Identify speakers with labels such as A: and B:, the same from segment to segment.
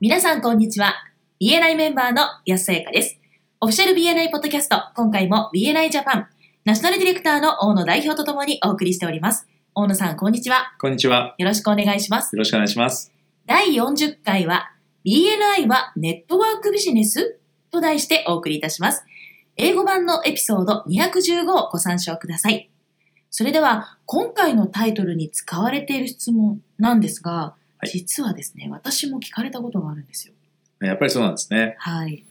A: 皆さんこんにちは。BNI メンバーの安さやかです。オフィシャル BNI ポッドキャスト、今回も BNI ジャパン、ナショナルディレクターの大野代表とともにお送りしております。大野さん、こんにちは。
B: こんにちは。
A: よろしくお願いします。
B: よろしくお願いします。
A: 第40回は BNI はネットワークビジネスと題してお送りいたします。英語版のエピソード215をご参照ください。それでは今回のタイトルに使われている質問なんですが、
B: い
A: 実はですね、私も聞かれたことがあるんですよ。
B: やっぱりそうなんですね。
A: はい。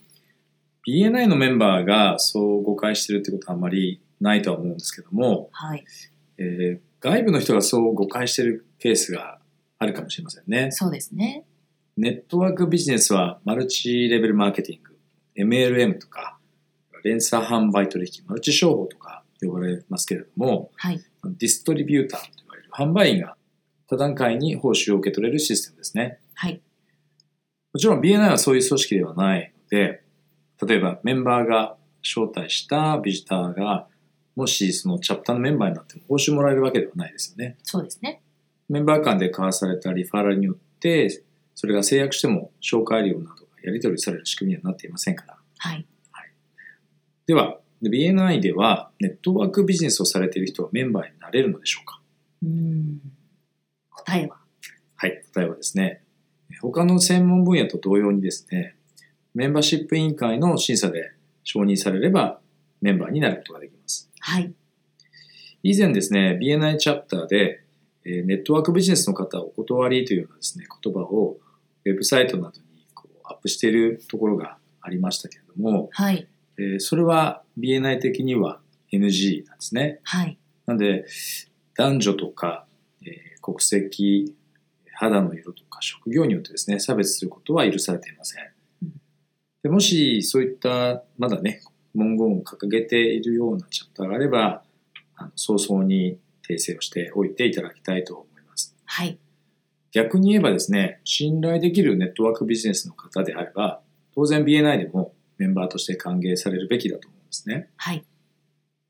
B: BNI のメンバーがそう誤解してるってことはあんまりないとは思うんですけども、
A: はい。
B: えー外部の人がそう誤解してるケースがあるかもしれませんね。
A: そうですね。
B: ネットワークビジネスはマルチレベルマーケティング、MLM とか、連鎖販売取引、マルチ商法とか呼ばれますけれども、
A: はい。
B: ディストリビューターと呼われる販売員が他段階に報酬を受け取れるシステムですね。
A: はい。
B: もちろん BNI はそういう組織ではないので、例えばメンバーが招待したビジターが、もしそのチャプターのメンバーになっても報酬もらえるわけではないですよね。
A: そうですね。
B: メンバー間で交わされたリファラルによって、それが制約しても紹介料などがやり取りされる仕組みにはなっていませんから。
A: はい。
B: では、BNI ではネットワークビジネスをされている人はメンバーになれるのでしょうか
A: うーん。答えは
B: はい、答えはですね、他の専門分野と同様にですね、メンバーシップ委員会の審査で承認されればメンバーになることができます。
A: はい。
B: 以前ですね、BNI チャプターで、えーネットワークビジネスの方をお断りというようなですね、言葉をウェブサイトなどにこうアップしているところがありましたけれども、
A: はい。
B: えーそれは BNI 的には NG なんですね。
A: はい。
B: なんで男女とか、えー国籍肌の色とか職業によってですね差別することは許されていません
A: うん
B: でもしそういったまだね文言を掲げているようなチャプターがあればあの早々に訂正をしておいていただきたいと思います
A: はい。
B: 逆に言えばですね信頼できるネットワークビジネスの方であれば当然 BNI でもメンバーとして歓迎されるべきだと思うんですね
A: はい。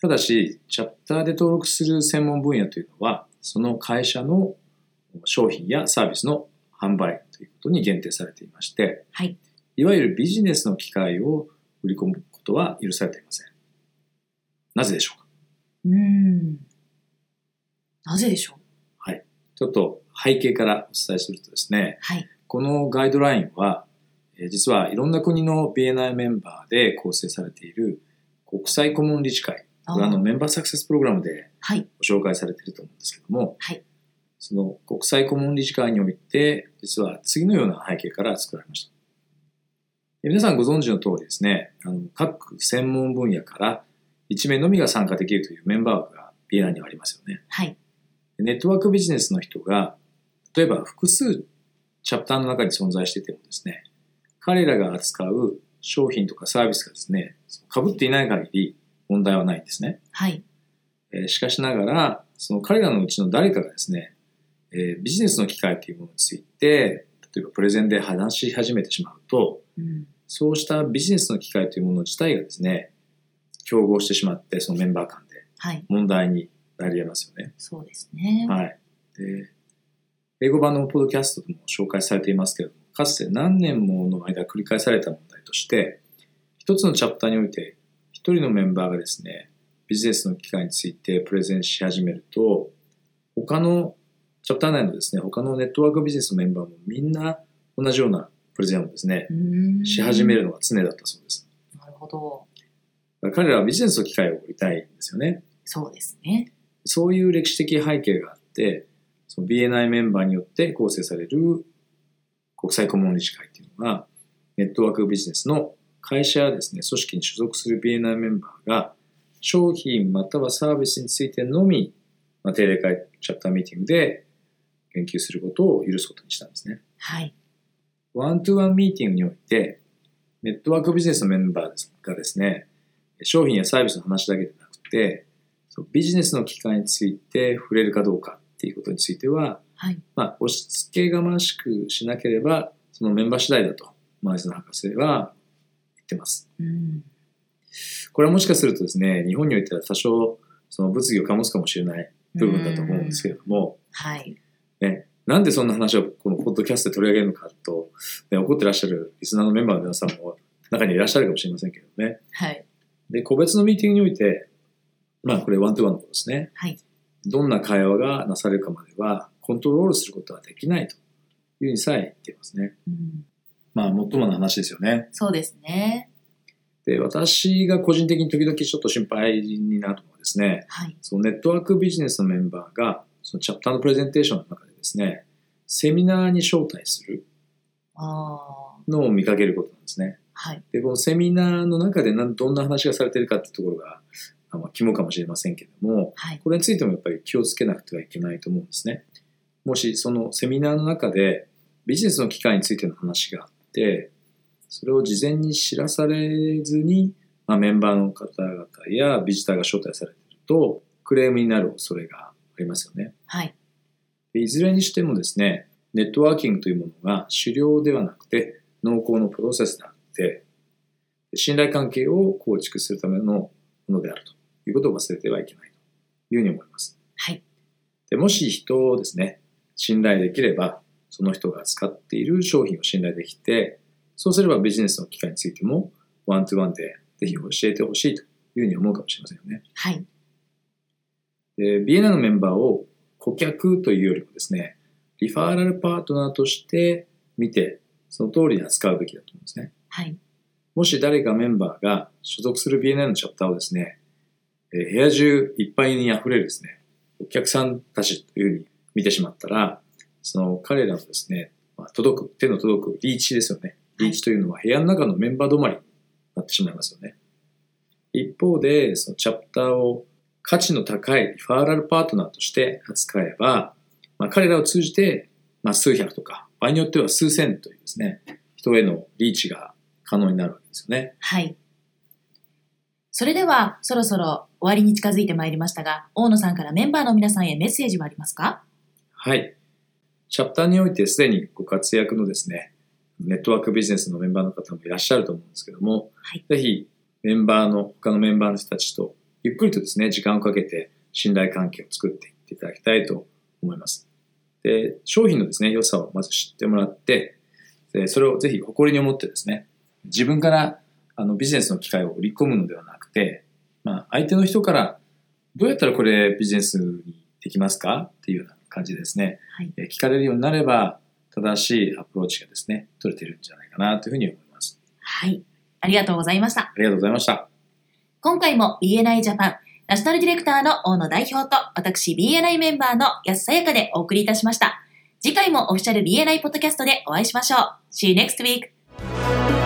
B: ただし、チャプターで登録する専門分野というのは、その会社の商品やサービスの販売ということに限定されていまして、
A: はい。
B: いわゆるビジネスの機会を売り込むことは許されていません。なぜでしょうか
A: うーん。なぜでしょう
B: ちょっと背景からお伝えするとですね、
A: はい。
B: このガイドラインは、えー実はいろんな国の BNI メンバーで構成されている国際顧問理事会、
A: あ
B: これあのメンバーサクセスプログラムで
A: はい。
B: ご紹介されていると思うんですけども、
A: はい
B: その国際顧問理事会において実は次のような背景から作られましたで皆さんご存知の通りですねあの各専門分野から1名のみが参加できるというメンバー枠が BNI にはありますよね
A: はい。
B: でネットワークビジネスの人が例えば複数チャプターの中に存在していてもですね彼らが扱う商品とかサービスがですね被っていない限り問題はないんですね
A: はい。
B: えーしかしながら、その彼らのうちの誰かがですね、えービジネスの機会というものについて、例えばプレゼンで話し始めてしまうと、
A: うん。
B: そうしたビジネスの機会というもの自体がですね、競合してしまって、そのメンバー間で
A: はい。
B: 問題になり得ますよね。
A: そうですね。
B: はい。で、英語版のポッドキャストでも紹介されていますけれども、かつて何年もの間繰り返された問題として、一つのチャプターにおいて、一人のメンバーがですね、ビジネスの機会についてプレゼンし始めると、他のチャプター内のですね、他のネットワークビジネスのメンバーもみんな同じようなプレゼンをですね、
A: うーん
B: し始めるのが常だったそうです。
A: なるほど。
B: だから彼らはビジネスの機会を売りたいんですよね。
A: そうですね。
B: そういう歴史的背景があって、その BNI メンバーによって構成される国際顧問理事会っていうのが、ネットワークビジネスの会社やですね、組織に所属する BNI メンバーが、商品またはサービスについてのみ、まあ、定例会チャプターミーティングで言及することを許すことにしたんですね。
A: はい。
B: ワントゥワンミーティングにおいて、ネットワークビジネスのメンバーがですね、商品やサービスの話だけでなくて、そうビジネスの機会について触れるかどうかっていうことについては、
A: はい。
B: まあ、押し付けがましくしなければ、そのメンバー次第だと、マージの博士は言ってます。
A: うん。
B: これはもしかするとですね、日本においては多少、その物議を醸すかもしれない部分だと思うんですけれども、
A: はい。
B: ね、なんでそんな話をこのポッポッドキャストで取り上げるのかと、ね、怒ってらっしゃるリスナーのメンバーの皆さんも中にいらっしゃるかもしれませんけどね。
A: はい。
B: で、個別のミーティングにおいて、まあこれワントゥーワンのことですね。
A: はい。
B: どんな会話がなされるかまではコントロールすることはできないというふうにさえ言っていますね。
A: うん、
B: まあ、最もな話ですよね。
A: そうですね。
B: で、私が個人的に時々ちょっと心配になるのはですね、
A: はい。
B: そのネットワークビジネスのメンバーが、そのチャプターのプレゼンテーションの中でですね、セミナーに招待する
A: ああ、
B: のを見かけることなんですね。
A: はい。
B: で、このセミナーの中でなんどんな話がされてるかってところが、あまあ肝かもしれませんけども、
A: はい。
B: これについてもやっぱり気をつけなくてはいけないと思うんですね。もしそのセミナーの中でビジネスの機会についての話があって、それを事前に知らされずに、まあ、メンバーの方々やビジターが招待されていると、クレームになる恐れがありますよね。
A: はい。
B: でいずれにしてもですね、ネットワーキングというものが狩猟ではなくて濃厚のプロセスであって、信頼関係を構築するためのものであるということを忘れてはいけないというふうに思います。
A: はい。
B: でもし人をですね、信頼できれば、その人が使っている商品を信頼できて、そうすればビジネスの機会についても、ワントゥワンでぜひ教えてほしいというふうに思うかもしれませんよね。
A: はい。
B: で、ビエナのメンバーを顧客というよりもですね、リファーラルパートナーとして見て、その通りに扱うべきだと思うんですね。
A: はい。
B: もし誰かメンバーが所属する BNI のチャプターをですね、えー部屋中いっぱいに溢れるですね、お客さんたちというふうに見てしまったら、その彼らのですね、まあ、届く、手の届くリーチですよね。リーチというのは部屋の中のメンバー止まりになってしまいますよね。一方で、そのチャプターを価値の高いリファーラルパートナーとして扱えば、まあ、彼らを通じて、まあ、数百とか、場合によっては数千というですね、人へのリーチが可能になるわけですよね。
A: はい。それでは、そろそろ終わりに近づいてまいりましたが、大野さんからメンバーの皆さんへメッセージはありますか
B: はい。チャプターにおいてすでにご活躍のですね、ネットワークビジネスのメンバーの方もいらっしゃると思うんですけども、
A: はい
B: ぜひメンバーの、他のメンバーの人たちとゆっくりとですね、時間をかけて信頼関係を作っていっていただきたいと思います。で、商品のですね、良さをまず知ってもらって、でそれをぜひ誇りに思ってですね、自分からあのビジネスの機会を売り込むのではなくて、まあ、相手の人からどうやったらこれビジネスにできますかっていうような感じでですね、
A: はい。
B: えー聞かれるようになれば正しいアプローチがですね取れてるんじゃないかなというふうに思います
A: はい。ありがとうございました。
B: ありがとうございました
A: 今回も BNI ジャパンナショナルディレクターの大野代表と私 BNI メンバーの安さやかでお送りいたしました。次回もオフィシャル BNI ポッドキャストでお会いしましょう。See you next week!